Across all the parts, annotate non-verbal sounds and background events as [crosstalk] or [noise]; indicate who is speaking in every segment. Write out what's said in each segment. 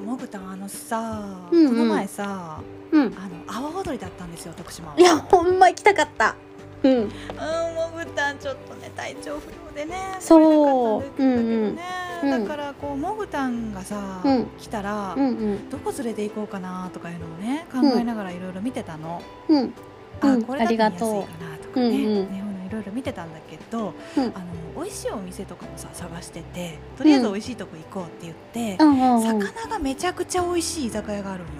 Speaker 1: のさ、
Speaker 2: うんうん
Speaker 1: この前さ
Speaker 2: うん
Speaker 1: あの阿波踊りだったんですよ徳島はい
Speaker 2: やほんま行きたかったうん
Speaker 1: うんもうぶたんちょっとね体調不良でね
Speaker 2: そ
Speaker 1: 来れなかったん
Speaker 2: う
Speaker 1: だけどね
Speaker 2: うんうん
Speaker 1: だからこうもぐたんがさ、
Speaker 2: うん
Speaker 1: 来たら、
Speaker 2: うんうん
Speaker 1: どこ連れて行こうかなとかいうのをね考えながらいろいろ見てたの、
Speaker 2: うんうん
Speaker 1: あこれだと見やすいかなとかね、
Speaker 2: ありがとううんうん
Speaker 1: ねほないろいろ見てたんだけど、
Speaker 2: うん
Speaker 1: あの美味しいお店とかもさ探しててとりあえず美味しいとこ行こうって言って、
Speaker 2: うんうん
Speaker 1: 魚がめちゃくちゃ美味しい居酒屋があるのよ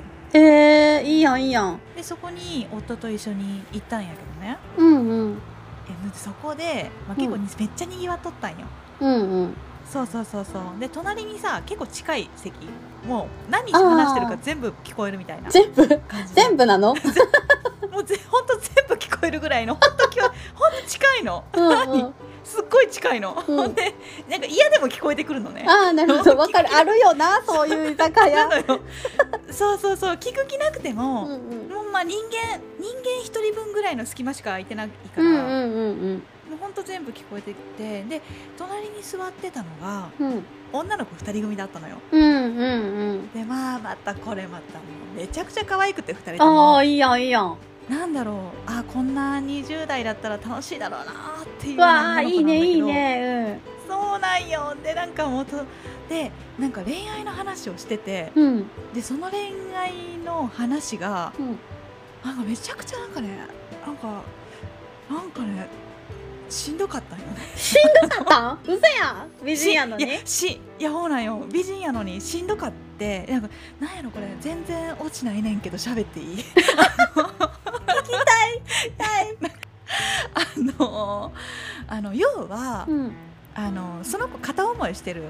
Speaker 2: えー、いいやんいいやん
Speaker 1: でそこに夫と一緒に行ったんやけどね
Speaker 2: うんうん
Speaker 1: えそこで、まあ、結構
Speaker 2: う
Speaker 1: にめっちゃにぎわっとったんよ、
Speaker 2: うんうん
Speaker 1: そうそうそうそうで隣にさ結構近い席もう何話してるか全部聞こえるみたいな
Speaker 2: 全部
Speaker 1: 感じで
Speaker 2: 全部なの
Speaker 1: もうぜほんと全部聞こえるぐらいの本当きわほんと近いの
Speaker 2: うんうん
Speaker 1: すっごい近いの、
Speaker 2: うん
Speaker 1: ほんでなんか嫌でも聞こえてくるのね
Speaker 2: ああなるほどわかるあるよなそういう居酒
Speaker 1: な
Speaker 2: 屋
Speaker 1: のよそうそうそう聞く気なくて
Speaker 2: う
Speaker 1: も、
Speaker 2: んうん
Speaker 1: もうまあ人間人間一人分ぐらいの隙間しか空いてないか
Speaker 2: う
Speaker 1: ら、
Speaker 2: んうんうん
Speaker 1: もうほんと全部聞こえてきてで隣に座ってたのが
Speaker 2: うん
Speaker 1: 女の子二人組だったのよ
Speaker 2: うんうんうん
Speaker 1: でまあまたこれまたもうめちゃくちゃ可愛くて二人と
Speaker 2: あ
Speaker 1: も
Speaker 2: あいいやんいいやん
Speaker 1: なんだろうあこんな20代だったら楽しいだろうなっていう
Speaker 2: わあ
Speaker 1: 女の
Speaker 2: い
Speaker 1: 子
Speaker 2: い
Speaker 1: なんだけ
Speaker 2: ね
Speaker 1: ど
Speaker 2: いいね
Speaker 1: そうなんよでなんかもうとでなんか恋愛の話をしてて
Speaker 2: うんうん
Speaker 1: でその恋愛の話が
Speaker 2: うん
Speaker 1: なんかめちゃくちゃなんかねなんかなんかねしんどかったんよね
Speaker 2: あったんうせやん美人やの
Speaker 1: い
Speaker 2: に
Speaker 1: やしいやほうなんよ美人やのにしんどかってなんかなんやろこれ全然落ちないねんけど喋っていい [laughs] あのあの要は、
Speaker 2: うん
Speaker 1: あのその子片思いしてる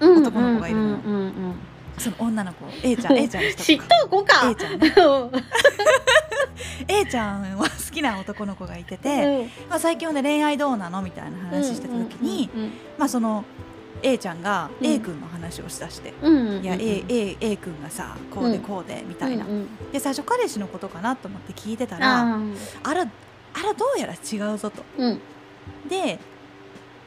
Speaker 2: うん
Speaker 1: 男の子がいるの
Speaker 2: うんうんうん
Speaker 1: その女の子 A ちゃ
Speaker 2: うんん
Speaker 1: A ちゃんにし
Speaker 2: 知っ
Speaker 1: とこうか
Speaker 2: とう
Speaker 1: A
Speaker 2: 子か
Speaker 1: ちゃんね A ちゃんは好きな男の子がいてて、まあ、最近はね恋愛どうなのみたいな話してた時に、
Speaker 2: うん
Speaker 1: まあ、その A ちゃんが
Speaker 2: うん
Speaker 1: A 君の話をしだして。
Speaker 2: うんうんうんうん
Speaker 1: いや A, A, A 君がさこうでこうでみたいな、
Speaker 2: うんうん
Speaker 1: で最初彼氏のことかなと思って聞いてたらあ
Speaker 2: あ
Speaker 1: らあらどうやら違うぞと
Speaker 2: ーうん
Speaker 1: で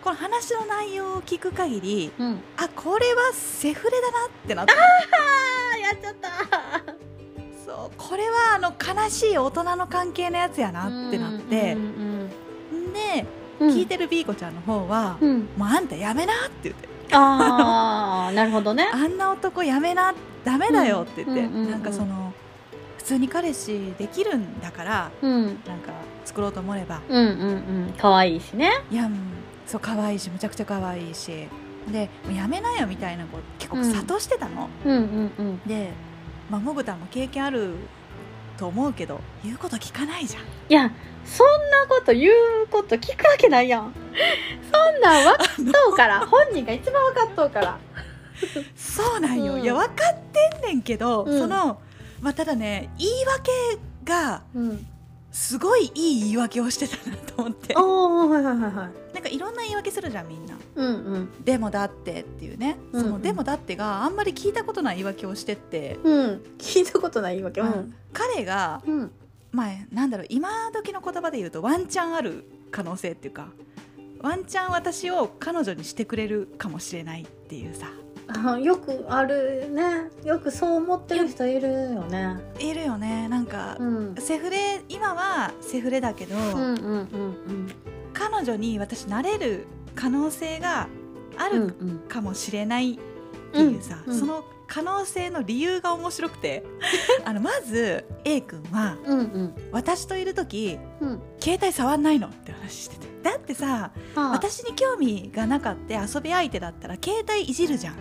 Speaker 1: この話の内容を聞く限り
Speaker 2: うん
Speaker 1: あこれはセフレだなってなって
Speaker 2: あやっちゃった
Speaker 1: そうこれはあの悲しい大人の関係のやつやなってなって
Speaker 2: うんうん
Speaker 1: で
Speaker 2: うん
Speaker 1: 聞いてるビーコちゃんの方は
Speaker 2: う。ん
Speaker 1: もうあんたやめなって言って
Speaker 2: ああなるほどね
Speaker 1: あんな男やめなダメだよって言って、
Speaker 2: うんうんうんうん
Speaker 1: なんかその普通に彼氏できるんだから
Speaker 2: うん
Speaker 1: なんか作ろうと思えば
Speaker 2: うんうんうん可愛いしね
Speaker 1: いやうんそう可愛いしむちゃくちゃ可愛いしでもうやめなよみたいなこう結構
Speaker 2: うん
Speaker 1: 諭してたの、
Speaker 2: うんうんうん
Speaker 1: で、まあ、もぐたんも経験あると思うけど言うこと聞かないじゃん
Speaker 2: いやそんなこと言うこと聞くわけないやんそんなん分かっとうから本人が一番分かっとうから
Speaker 1: そうなんよ、
Speaker 2: うん
Speaker 1: いや分かってんねんけど、
Speaker 2: うん
Speaker 1: その、まあ、ただね言い訳が
Speaker 2: うん
Speaker 1: すごいいい言い訳をしてたなと思って
Speaker 2: おおはいはいはいはい
Speaker 1: なんかいろんな言い訳するじゃんみんな
Speaker 2: うんうん
Speaker 1: でもだってっていうね、
Speaker 2: うん
Speaker 1: そのでもだってがあんまり聞いたことない言い訳をしてって、
Speaker 2: うん聞いたことないわけうん
Speaker 1: 彼が
Speaker 2: うん
Speaker 1: まあなんだろう今時の言葉で言うとワンチャンある可能性っていうかワンチャン私を彼女にしてくれるかもしれないっていうさ
Speaker 2: あよくあるねよくそう思ってる人いるよね
Speaker 1: いるよねなんか、
Speaker 2: うん
Speaker 1: セフレ今はセフレだけど、
Speaker 2: うんうんうん
Speaker 1: 彼女に私なれる可能性があ
Speaker 2: うん
Speaker 1: る
Speaker 2: うん
Speaker 1: かもしれないっていうさ、
Speaker 2: うんうん
Speaker 1: その可能性の理由が面白くて [laughs] あのまず A 君は
Speaker 2: うんうん
Speaker 1: 私といる時
Speaker 2: うん
Speaker 1: 携帯触んないのって話しててだってさ私に興味がなかった遊び相手だったら携帯いじるじゃん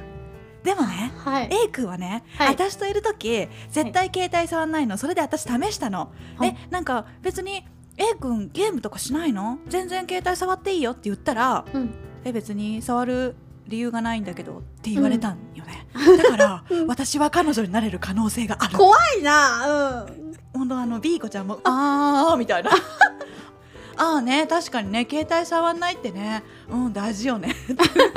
Speaker 1: でもね
Speaker 2: はい
Speaker 1: A 君はね、
Speaker 2: はい
Speaker 1: 私といる時絶対携帯触んないのそれで私試したの、
Speaker 2: はい
Speaker 1: えなんか別に A 君ゲームとかしないの全然携帯触っていいよって言ったら
Speaker 2: うん
Speaker 1: え別に触る理由がないんだけどって言われたんよね、だから、
Speaker 2: [laughs] うん
Speaker 1: 私は彼女になれる可能性がある
Speaker 2: 怖いなうん
Speaker 1: 本当あの B 子ちゃんも「 [laughs] あー」みたいな [laughs] 「あーね確かにね携帯触んないってねうん大事 [laughs] よね」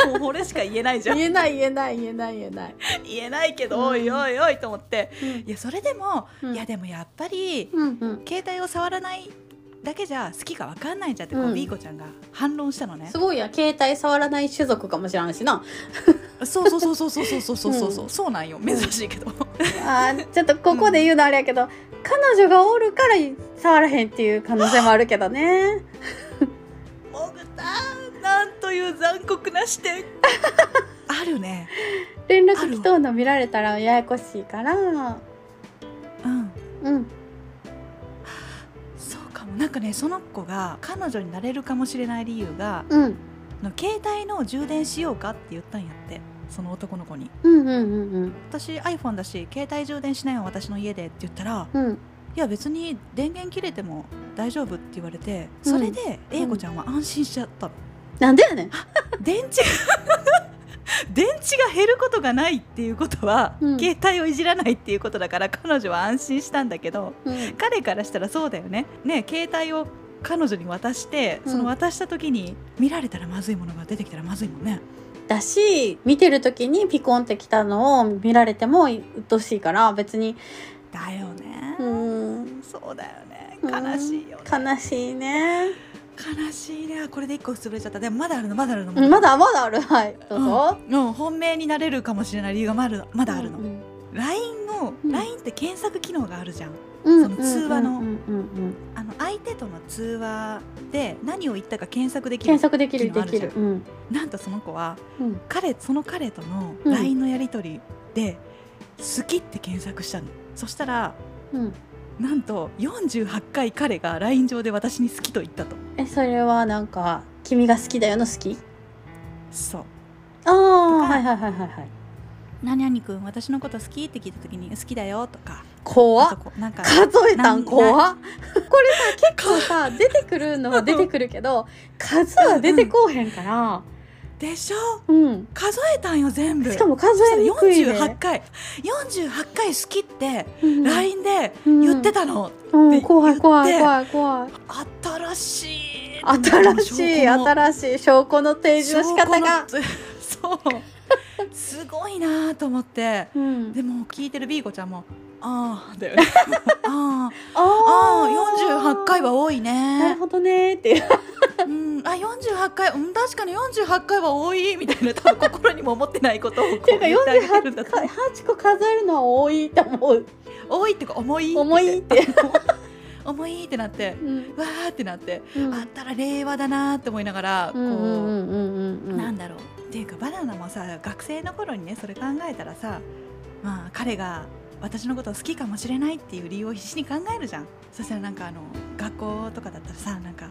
Speaker 1: もうこれしか言えないじゃん
Speaker 2: 言えない言えない言えない言えない
Speaker 1: 言えないけど、
Speaker 2: うん
Speaker 1: おいおいおいと思って
Speaker 2: うん
Speaker 1: いやそれでも、
Speaker 2: うん
Speaker 1: いやでもやっぱり
Speaker 2: うんうん
Speaker 1: 携帯を触らないだけじゃ好きか分かんないじゃんってこ
Speaker 2: う
Speaker 1: うん B 子ちゃんが反論したのね
Speaker 2: す、ごいや携帯触らない種族かもしれんしな
Speaker 1: そうそうそうそうそうそうそうそうそう、そうなんよ珍しいけど
Speaker 2: あーちょっとここで言うのあれやけど、彼女がおるから触らへんっていう可能性もあるけどね
Speaker 1: もぐたなんという残酷な視 [laughs] 点あるね
Speaker 2: 連絡来とうの見られたらややこしいから
Speaker 1: うん
Speaker 2: うん
Speaker 1: そうかもなんかねその子が彼女になれるかもしれない理由が
Speaker 2: うん
Speaker 1: あの携帯の充電しようかって言ったんやってその男の子に
Speaker 2: うんうんうん
Speaker 1: 私 iPhone だし携帯充電しないよ私の家でって言ったら
Speaker 2: うんうん
Speaker 1: いや別に電源切れても大丈夫って言われて
Speaker 2: うん
Speaker 1: それで英子ちゃんは安心しちゃったの、
Speaker 2: なんでやねん
Speaker 1: 電池 [laughs] 電池が減ることがないっていうことは、
Speaker 2: うん
Speaker 1: 携帯をいじらないっていうことだから彼女は安心したんだけど
Speaker 2: うん
Speaker 1: 彼からしたらそうだよねね携帯を彼女に渡して
Speaker 2: うん
Speaker 1: その渡した時に見られたらまずいものが出てきたらまずいもんね、
Speaker 2: だし見てる時にピコンって来たのを見られても鬱陶しいから別に
Speaker 1: だよね、
Speaker 2: うーん
Speaker 1: そうだよね悲しいよね、
Speaker 2: 悲しいね
Speaker 1: 悲しいねこれで一個潰れちゃったでもまだあるのまだあるの
Speaker 2: まだまだあるはいどうぞ、
Speaker 1: うん、うん本命になれるかもしれない理由がまだあるのまだあるの、
Speaker 2: うん
Speaker 1: LINE の、
Speaker 2: うん
Speaker 1: LINE って検索機能があるじゃん
Speaker 2: うん
Speaker 1: その通話の
Speaker 2: うんうんうんうん
Speaker 1: あの相手との通話で何を言ったか検索できる
Speaker 2: 検索できる
Speaker 1: 機能
Speaker 2: で
Speaker 1: あるじ
Speaker 2: き
Speaker 1: ゃん
Speaker 2: るうん
Speaker 1: なんとその子は
Speaker 2: うん
Speaker 1: 彼その彼との
Speaker 2: うん
Speaker 1: LINE のやり取りで「好き」って検索したのそしたら
Speaker 2: うん
Speaker 1: なんと48回彼が LINE 上で私に好きと言ったと
Speaker 2: えそれはなんか「君が好きだよ」の好き
Speaker 1: そう
Speaker 2: ああ
Speaker 1: とか
Speaker 2: はいはいはいはいはい
Speaker 1: 「何々君私のこと好き?」って聞いた時に「好きだよ」とか
Speaker 2: 怖
Speaker 1: あと
Speaker 2: っ
Speaker 1: こうなんか
Speaker 2: 数えた
Speaker 1: なんん
Speaker 2: 怖っこれさ結構さ出てくるのは出てくるけど数は出てこうへんから
Speaker 1: でしょ
Speaker 2: うん
Speaker 1: 数えたんよ全部
Speaker 2: しかも数えに
Speaker 1: そ
Speaker 2: くい
Speaker 1: した
Speaker 2: で
Speaker 1: ら48回48回好きって
Speaker 2: うん
Speaker 1: LINE で
Speaker 2: うん
Speaker 1: 言ってたの、
Speaker 2: う
Speaker 1: 言
Speaker 2: ん
Speaker 1: って
Speaker 2: 怖い怖い怖い怖い
Speaker 1: 新しい
Speaker 2: 新しい
Speaker 1: 証拠の
Speaker 2: 新しい証拠の提示の仕方が
Speaker 1: 証拠の [laughs] そうすごいなと思って
Speaker 2: うん
Speaker 1: でも聞いてるビーゴちゃんもああだよ
Speaker 2: [laughs]
Speaker 1: ねあーあ
Speaker 2: あ
Speaker 1: ー48回は多い
Speaker 2: なる
Speaker 1: ね
Speaker 2: ほどねーっていう
Speaker 1: うんあ48回うん確かに48回は多いみたいな多分心にも思ってないことをこう
Speaker 2: っていうか
Speaker 1: 言ってあげてるんだ
Speaker 2: 48
Speaker 1: と
Speaker 2: 回8個数えるのは多いと思う
Speaker 1: 多いっていうか重い
Speaker 2: 重いって
Speaker 1: [laughs] 重いってなって
Speaker 2: うん
Speaker 1: わーってなって
Speaker 2: うん
Speaker 1: あったら令和だなーって思いながらこ
Speaker 2: うんう
Speaker 1: う
Speaker 2: んうんうんうん
Speaker 1: なんだろうっていうかバナナもさ学生の頃にねそれ考えたらさまあ彼が私のことを好きかもしれないっていう理由を必死に考えるじゃんそしたらなんかあの学校とかだったらさなんか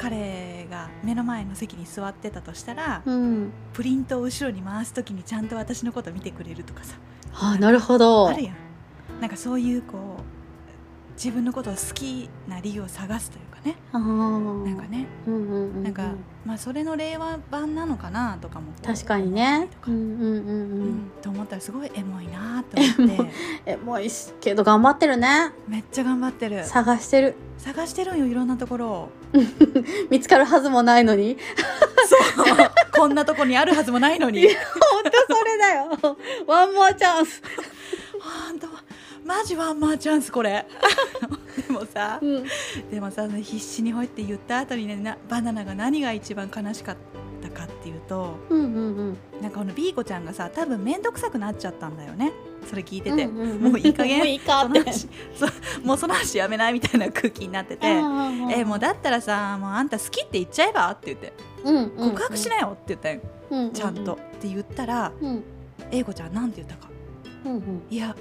Speaker 1: 彼が目の前の席に座ってたとしたら、
Speaker 2: うん
Speaker 1: プリントを後ろに回す時にちゃんと私のこと見てくれるとかさ
Speaker 2: あなるほど
Speaker 1: あるやんなんかそういうこう自分のことを好きな理由を探すというかね
Speaker 2: あー
Speaker 1: なんかね
Speaker 2: うんうんうう
Speaker 1: なんか、まあそれの令和版なのかなとかも
Speaker 2: 確かにね
Speaker 1: とか
Speaker 2: うんうんう
Speaker 1: うん
Speaker 2: うん
Speaker 1: ん、と思ったらすごいエモいなと思って
Speaker 2: えもういいしけど頑張ってるね
Speaker 1: めっちゃ頑張ってる
Speaker 2: 探してる
Speaker 1: 探してるんよいろんなところを
Speaker 2: 見つかるはずもない
Speaker 1: [laughs]
Speaker 2: のに
Speaker 1: そう [laughs] こんなとこにあるはずもないのに
Speaker 2: いやほんとそれだよ [laughs] ワンモアチャンス
Speaker 1: 本当マジワンマーチャンスこれ [laughs] でもさ
Speaker 2: うん
Speaker 1: でもさ必死にほいって言った後にねなバナナが何が一番悲しかったかっていうと
Speaker 2: うんうんうん
Speaker 1: なんかこのビーコちゃんがさ多分面倒くさくなっちゃったんだよねそれ聞いてて、
Speaker 2: うんうんん
Speaker 1: もういい加減
Speaker 2: もういいか
Speaker 1: そ
Speaker 2: っ
Speaker 1: の
Speaker 2: て
Speaker 1: 話そうもうその話やめないみたいな空気になってて。えもうだったらさもうあんた好きって言っちゃえばって言って告
Speaker 2: 告
Speaker 1: 白しなよって言ったよ、ちゃんと、って言ったら
Speaker 2: うんうん
Speaker 1: 英子ちゃんなんて言ったか
Speaker 2: うん
Speaker 1: いや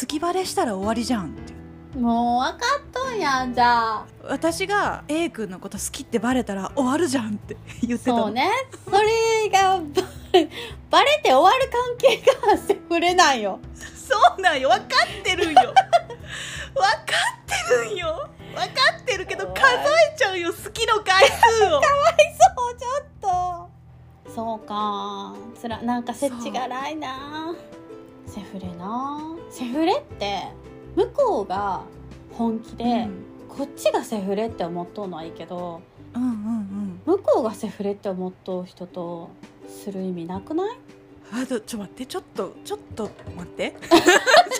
Speaker 1: 好きバレしたら終わりじゃんって
Speaker 2: うんもう分かっとんやんじゃあ
Speaker 1: 私が A 君のこと好きってバレたら終わるじゃんって言ってたの
Speaker 2: そうねそれがばバレて終わる関係が [laughs] 発生触れないよ
Speaker 1: そうなんよ分かって [laughs] るんよ分かってるんよ分かってるけど
Speaker 2: おい
Speaker 1: 数えちゃうよ好きの回数 [laughs] を
Speaker 2: そうちょっとそうかつらなんかせちがらいなセフレなセフレって向こうが本気で、
Speaker 1: うん
Speaker 2: こっちがセフレって思っとうのはいいけど
Speaker 1: うんうん
Speaker 2: 向こうがセフレって思っとう人とする意味なくない
Speaker 1: うんあとちょっと待ってちょっと [laughs] ちょっと待ってち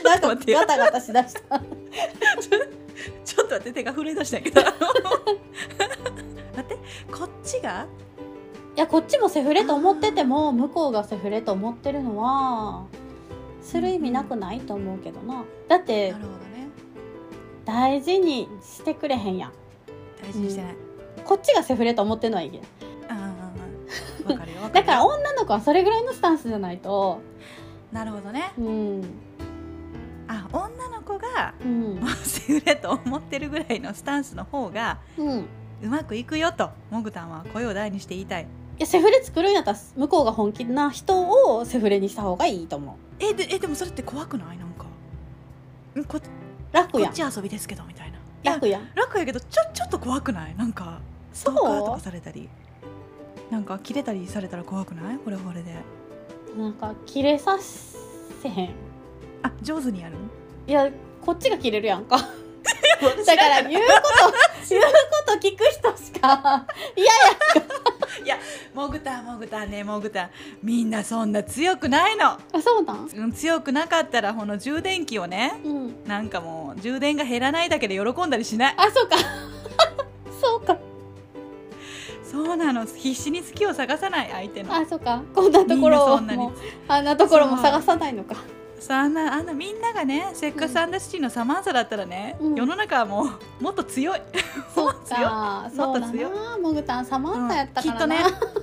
Speaker 1: ょ
Speaker 2: な
Speaker 1: っ
Speaker 2: ん
Speaker 1: と
Speaker 2: か
Speaker 1: 待ってよ
Speaker 2: ガタガタしだした。
Speaker 1: ちょっと待って手が震え出したけど待ってこっちが
Speaker 2: いやこっちもセフレと思ってても向こうがセフレと思ってるのはする意味なくないと思うけどなだって
Speaker 1: なるほどね
Speaker 2: 大事にしてくれへんやん
Speaker 1: 大事にしてない、
Speaker 2: こっちがセフレと思ってんのはいいけど
Speaker 1: うん、うんうんうんわか
Speaker 2: [laughs]
Speaker 1: るよわか
Speaker 2: だ
Speaker 1: るよ
Speaker 2: から女の子はそれぐらいのスタンスじゃないと
Speaker 1: なるほどね
Speaker 2: うん
Speaker 1: あ女の子が
Speaker 2: うん
Speaker 1: もうセフレと思ってるぐらいのスタンスの方が
Speaker 2: うんいう
Speaker 1: まくいくよとモグタンは声を大にして言いたい
Speaker 2: やセフレ作るんやったら向こうが本気な人をセフレにした方がいいと思
Speaker 1: えでえでもそれって怖くないなんかんこ
Speaker 2: う楽
Speaker 1: こ
Speaker 2: や
Speaker 1: っ
Speaker 2: ん
Speaker 1: ち遊びですけどみたいないや
Speaker 2: 楽やん
Speaker 1: 楽やけどちょちょっと怖くないなんかストーカーとかされたりなんか切れたりされたら怖くないこれはこれで
Speaker 2: なんか切れさせへん
Speaker 1: あ上手にやる
Speaker 2: いやこっちが切れるやんか [laughs] だから言うこと言うこと聞く人しか
Speaker 1: モグタンモグタンねモグタンみんなそんな強くないの、
Speaker 2: あそうなん
Speaker 1: うん、強くなかったらこの充電器をね
Speaker 2: うん
Speaker 1: なんかもう充電が減らないだけで喜んだりしない
Speaker 2: あそうか [laughs] そうか
Speaker 1: そうなの必死に好きを探さない相手の
Speaker 2: あそうかこんなところを
Speaker 1: みんなそんなに
Speaker 2: もうあんなところも探さないのか
Speaker 1: さああんなあんなみんながねせっかくサンダシティのサマンサだったらね、
Speaker 2: うん
Speaker 1: 世の中はもうもっと強い
Speaker 2: そうか
Speaker 1: も
Speaker 2: そ
Speaker 1: っ
Speaker 2: う
Speaker 1: と
Speaker 2: だ
Speaker 1: 強い
Speaker 2: なモグタンサマンサやった
Speaker 1: き
Speaker 2: か
Speaker 1: っ
Speaker 2: ら
Speaker 1: とね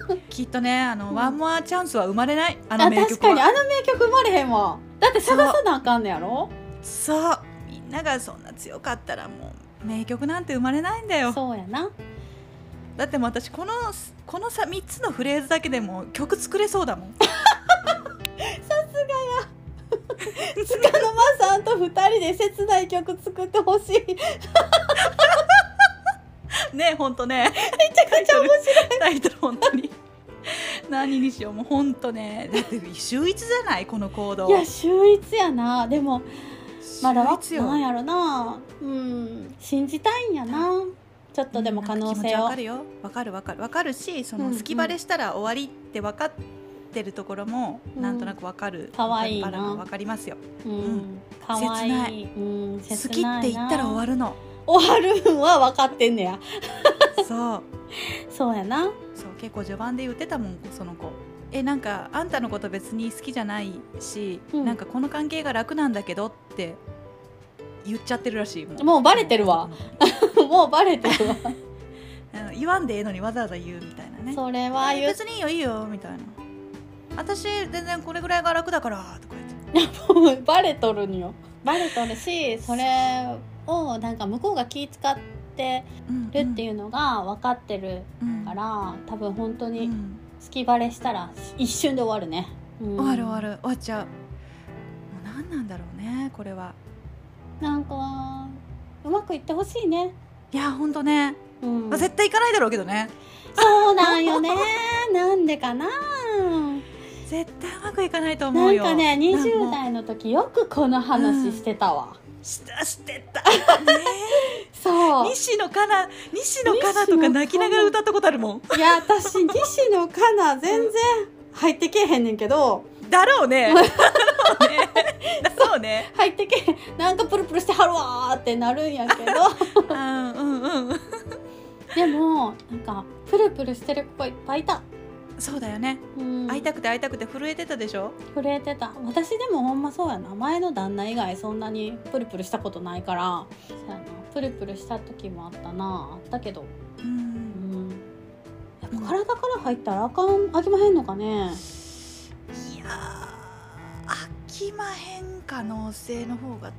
Speaker 2: な、 [laughs]
Speaker 1: きっとねあの、
Speaker 2: うん
Speaker 1: ワンモアチャンスは生まれないあの
Speaker 2: あ
Speaker 1: 名
Speaker 2: 確
Speaker 1: 曲
Speaker 2: かにあ
Speaker 1: は
Speaker 2: の名曲生まれへんわだって探さなあかんのやろ
Speaker 1: そうみんながそんな強かったらもう名曲なんて生まれないんだよ
Speaker 2: そうやな
Speaker 1: だってもう私このこのさ3つのフレーズだけでもう曲作れそうだ
Speaker 2: [laughs]
Speaker 1: もん
Speaker 2: 塚野間さんと二人で切ない曲作ってほしいめち
Speaker 1: ねほんとね
Speaker 2: ゃくちゃ面白い
Speaker 1: タイトル本当に何にしようもうほんとねだって秀逸じゃないこの行動
Speaker 2: いや秀逸やなでもまだ
Speaker 1: 秀
Speaker 2: わ
Speaker 1: 逸よ
Speaker 2: なんやろなうん信じたいんやなちょっとでも可能性
Speaker 1: わ
Speaker 2: を
Speaker 1: かるよわかるわかるわかるしそ
Speaker 2: うん
Speaker 1: の
Speaker 2: うん
Speaker 1: 好きバレしたら終わりって分かってるところも
Speaker 2: うん
Speaker 1: なんとなくわかる
Speaker 2: 可愛いな
Speaker 1: わかるわかりますよ
Speaker 2: うん可
Speaker 1: 切ない
Speaker 2: 愛いうん
Speaker 1: 好
Speaker 2: 切
Speaker 1: き
Speaker 2: な
Speaker 1: って
Speaker 2: いな
Speaker 1: 言ったら終わるの
Speaker 2: 終わるんは分かってんねや
Speaker 1: そう
Speaker 2: そうやな
Speaker 1: そう結構序盤で言ってたもんその子えなんかあんたのこと別に好きじゃないし、
Speaker 2: うん
Speaker 1: なんかこの関係が楽なんだけどって言っちゃってるらしいも
Speaker 2: もうバレてるわもうバレて
Speaker 1: [laughs]
Speaker 2: るわ
Speaker 1: あの言わんでええのにわざわざ言うみたいなね
Speaker 2: それは
Speaker 1: え
Speaker 2: 言っ
Speaker 1: 別にいいよいいよみたいな私全然これぐらいが楽だからとか言って [laughs]
Speaker 2: バレとるんよバレとるしそれをなんか向こうが気使ってるっていうのが分かってるか
Speaker 1: から、
Speaker 2: ら多分本当
Speaker 1: う
Speaker 2: に
Speaker 1: ん
Speaker 2: 好きバレしたら一瞬で終わるね、うん
Speaker 1: 終わる終わる終わっちゃうもう何なんだろうねこれは
Speaker 2: なんかうまくいってほしいね、
Speaker 1: いやほんとね、
Speaker 2: うん
Speaker 1: まあ、絶対行かないだろうけどね
Speaker 2: そうなんよね [laughs] なんでかな
Speaker 1: 絶対うまくいかないと思
Speaker 2: な
Speaker 1: うんよ
Speaker 2: か
Speaker 1: な
Speaker 2: ね
Speaker 1: ん
Speaker 2: 20
Speaker 1: も
Speaker 2: 代の時よくこの話してたわ、
Speaker 1: うしたしてたね
Speaker 2: そう
Speaker 1: 西野カナ西野カナとか泣きながら歌ったことあるもん
Speaker 2: いや私西野カナ全然入ってけえへんねんけど
Speaker 1: だろうねだろうね [laughs] だろう [laughs] ね
Speaker 2: 入ってけえへんなんかプルプルしてはるわーってなるんやけど
Speaker 1: うんうんうん
Speaker 2: [laughs] でもなんかプルプルしてる子いっぱいいた、
Speaker 1: そうだよね
Speaker 2: うん、
Speaker 1: 会いたくて会いたくて震えてたでしょ
Speaker 2: 震えてた私でもほんまそうやな前の旦那以外そんなにプルプルしたことないからそうやなプルプルした時もあったなあったけど
Speaker 1: う
Speaker 2: うんやっぱ体から入ったらあかんあきまへんのかね
Speaker 1: いやー飽きまへん可能性の方が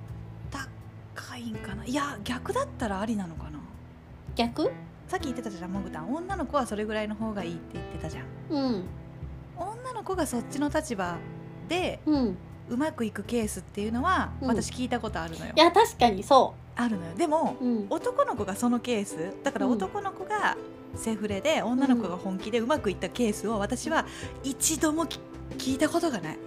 Speaker 1: 高いんかないや逆だったらありなのかな
Speaker 2: 逆
Speaker 1: さっき言ってたじゃんモグタン女の子はそれぐらいの方がいいって言ってたじゃん
Speaker 2: うん
Speaker 1: 女の子がそっちの立場で
Speaker 2: うん
Speaker 1: うまくいくケースっていうのは、
Speaker 2: うん
Speaker 1: 私聞いたことあるのよ
Speaker 2: いや確かにそ
Speaker 1: あるのよでも
Speaker 2: う、うん、
Speaker 1: 男の子がそのケースだから
Speaker 2: うん
Speaker 1: 男の子がセフレで女の子が本気でうまくいったケースを私は一度もき聞いたことがない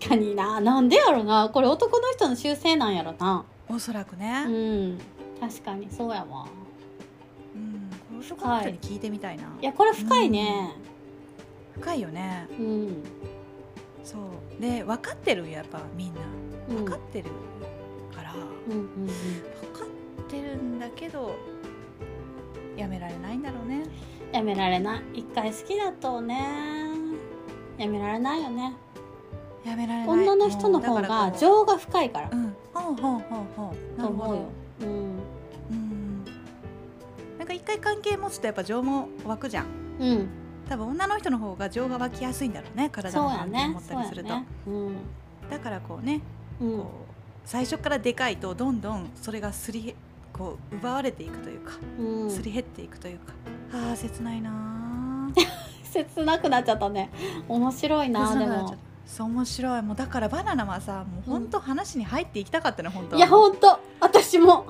Speaker 2: 確かにななんでやろなこれ男の人の習性なんやろな
Speaker 1: おそらくね、
Speaker 2: うん確かにそうやわ
Speaker 1: うん、この人この人に聞いてみたいな、
Speaker 2: いやこれ深いね
Speaker 1: 深いよね
Speaker 2: うん、うん
Speaker 1: そうで分かってるんやっぱみんな
Speaker 2: うん
Speaker 1: 分かってるから
Speaker 2: うんうん
Speaker 1: 分かってるんだけどやめられないんだろうね
Speaker 2: やめられない一回好きだとねやめられないよね
Speaker 1: やめられない
Speaker 2: 女の人の方
Speaker 1: もうだから
Speaker 2: が
Speaker 1: こう
Speaker 2: 情が深いから
Speaker 1: うんほうほうほうほうな
Speaker 2: と
Speaker 1: るほ
Speaker 2: 思うよ
Speaker 1: ど、
Speaker 2: うん
Speaker 1: うんなんか一回関係持つとやっぱ情も湧くじゃん
Speaker 2: うん、
Speaker 1: 多分女の人の方が情が湧きやすいんだろうね体
Speaker 2: そ
Speaker 1: の
Speaker 2: うや
Speaker 1: 関係
Speaker 2: ね
Speaker 1: 持っ
Speaker 2: そ
Speaker 1: た
Speaker 2: う
Speaker 1: り
Speaker 2: や
Speaker 1: すると、
Speaker 2: ねうん
Speaker 1: だからこうね
Speaker 2: う
Speaker 1: こうん最初からでかいとどんどんそれがすり減こう奪われていくというか、
Speaker 2: うん
Speaker 1: すり減っていくというかあー切ないなー
Speaker 2: 切なくなっちゃったね面白いな
Speaker 1: 切
Speaker 2: で
Speaker 1: なくなっちゃっ
Speaker 2: も
Speaker 1: たそう面白いもうだからバナナはさもう本当話に入っていきたかったの本当
Speaker 2: いやほんと私も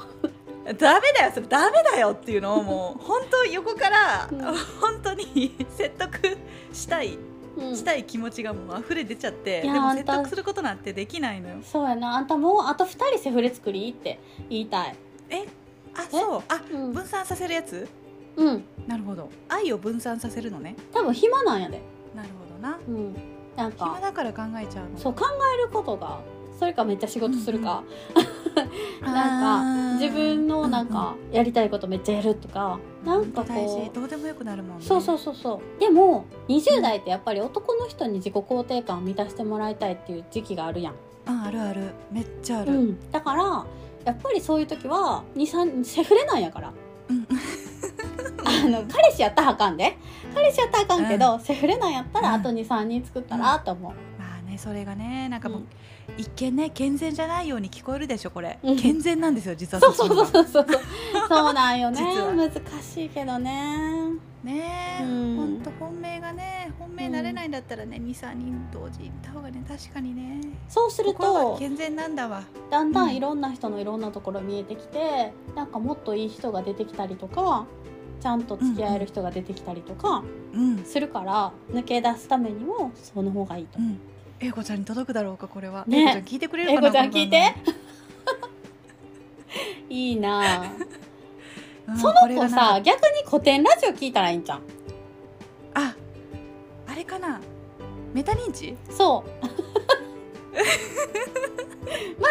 Speaker 1: ダメだよそれダメだよっていうのをもう本当横から、
Speaker 2: うん
Speaker 1: 本当に説得したい、
Speaker 2: うん
Speaker 1: したい気持ちがもう溢れ出ちゃって
Speaker 2: いや
Speaker 1: でも
Speaker 2: 本
Speaker 1: 説
Speaker 2: 当
Speaker 1: 得することなんてできないのよ
Speaker 2: そうやなあんたもうあと2人セフレ作りって言いたい
Speaker 1: えあそうあ
Speaker 2: うん、
Speaker 1: 分散させるやつ
Speaker 2: うん、
Speaker 1: なるほど愛を分散させるのね
Speaker 2: 多分暇なんやで
Speaker 1: なるほどな
Speaker 2: うんなんか
Speaker 1: 暇だから考えちゃうの
Speaker 2: そう考えることがそれかめっちゃ仕事するか、
Speaker 1: あー
Speaker 2: なんか自分のなんかやりたいことめっちゃやるとか、なんか
Speaker 1: 大事
Speaker 2: こう
Speaker 1: どうでもよくなるもんね
Speaker 2: そうそうそうそうでも20代ってやっぱり男の人に自己肯定感を満たしてもらいたいっていう時期があるやん、
Speaker 1: ああるあるめっちゃあ
Speaker 2: う
Speaker 1: る、
Speaker 2: ん、だからやっぱりそういう時は23セフレなんやから
Speaker 1: うん
Speaker 2: あの彼氏やったらあかんで彼氏やったらあかんけど、セフレなんやったら
Speaker 1: う
Speaker 2: あ
Speaker 1: ん
Speaker 2: と23人作ったらと思う、
Speaker 1: まあねそれがねなんかもう、
Speaker 2: うん
Speaker 1: 一見ね健全じゃないように聞こえるでしょこれ、
Speaker 2: うん
Speaker 1: 健全なんですよ実は
Speaker 2: そうそうそう
Speaker 1: う
Speaker 2: そうそうそうなんよね
Speaker 1: 実は
Speaker 2: 難しいけどね
Speaker 1: ねえ、
Speaker 2: うん
Speaker 1: ほんと本命がね本命なれないんだったらね23人同時にいた方がね確かにね
Speaker 2: そうする
Speaker 1: 心が
Speaker 2: と
Speaker 1: 健全なんだわ
Speaker 2: だんだんいろんな人のいろんなところ見えてきて、なんかもっといい人が出てきたりとかちゃんと付き合える人が出てきたりとか
Speaker 1: うん
Speaker 2: するから、抜け出すためにもその方がいいと
Speaker 1: う。ん英子ちゃんに届くだろうかこれは、
Speaker 2: ね
Speaker 1: 英子ちゃん聞いてくれる
Speaker 2: え
Speaker 1: かな
Speaker 2: こちゃん
Speaker 1: この番組
Speaker 2: 聞い
Speaker 1: [laughs]
Speaker 2: ていいなあ
Speaker 1: うん
Speaker 2: そ
Speaker 1: こ
Speaker 2: の
Speaker 1: れ
Speaker 2: 子
Speaker 1: がな
Speaker 2: さ逆に古典ラジオ聞いたらいいんじゃん
Speaker 1: ああれかなメタ認知
Speaker 2: そう
Speaker 1: [laughs]
Speaker 2: ま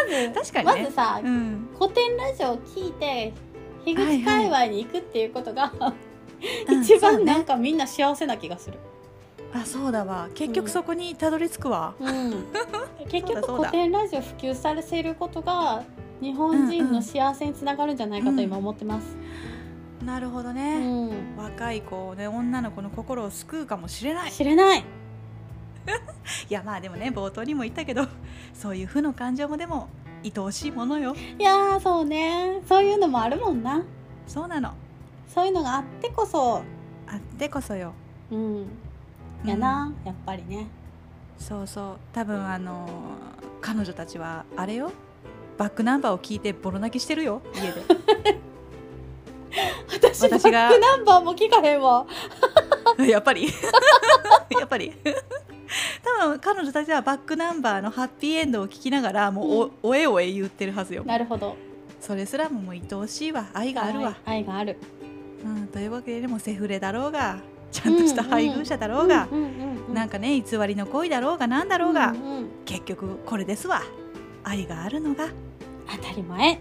Speaker 1: 確
Speaker 2: ず
Speaker 1: かに
Speaker 2: ま
Speaker 1: ね
Speaker 2: ずさ、
Speaker 1: うん
Speaker 2: 古典ラジオを聞いて樋
Speaker 1: は
Speaker 2: 口
Speaker 1: いはい
Speaker 2: 界隈に行くっていうことが、 [laughs]
Speaker 1: うん
Speaker 2: 一
Speaker 1: そ
Speaker 2: 番
Speaker 1: う
Speaker 2: な
Speaker 1: ね
Speaker 2: んかみんな幸せな気がする、
Speaker 1: あそうだわ結局そこにたどり着くわ、
Speaker 2: うん、結
Speaker 1: そうだそ
Speaker 2: 局
Speaker 1: うだ
Speaker 2: 古典ラジオ普及されていることが日本人の幸せにつながるんじゃないかと今思ってます、
Speaker 1: なるほど
Speaker 2: う
Speaker 1: ね、
Speaker 2: ん
Speaker 1: 若い子ね女の子の心を救うかもしれないい
Speaker 2: 知れない
Speaker 1: やまあでもね冒頭にも言ったけど [laughs] そういう負の感情もでも愛おしいものよ
Speaker 2: いやーそうねそういうのもあるもんな
Speaker 1: そうなの
Speaker 2: そういうのがあってこそ
Speaker 1: あってこそよ
Speaker 2: うんやな、やっぱりね
Speaker 1: うんそうそう多分あのー彼女たちはあれよバックナンバーを聞いてボロ泣きしてるよ家で
Speaker 2: [laughs] 私
Speaker 1: 私が
Speaker 2: バックナンバーも聞かへんわ
Speaker 1: [laughs] やっぱりやっぱり多分彼女たちはバックナンバーのハッピーエンドを聞きながらもうお,、
Speaker 2: うん
Speaker 1: おえおえ言ってるはずよ
Speaker 2: なるほど
Speaker 1: それすらももう愛おしいわ愛があるわ、
Speaker 2: 愛愛がある
Speaker 1: うん、というわけででもセフレだろうがちゃんとした配偶者だろうが、
Speaker 2: うんうんうん、
Speaker 1: なん
Speaker 2: か
Speaker 1: かね偽りの恋だろうがなんだろうが、
Speaker 2: うんうん
Speaker 1: 結局これですわ愛があるのが
Speaker 2: 当たり前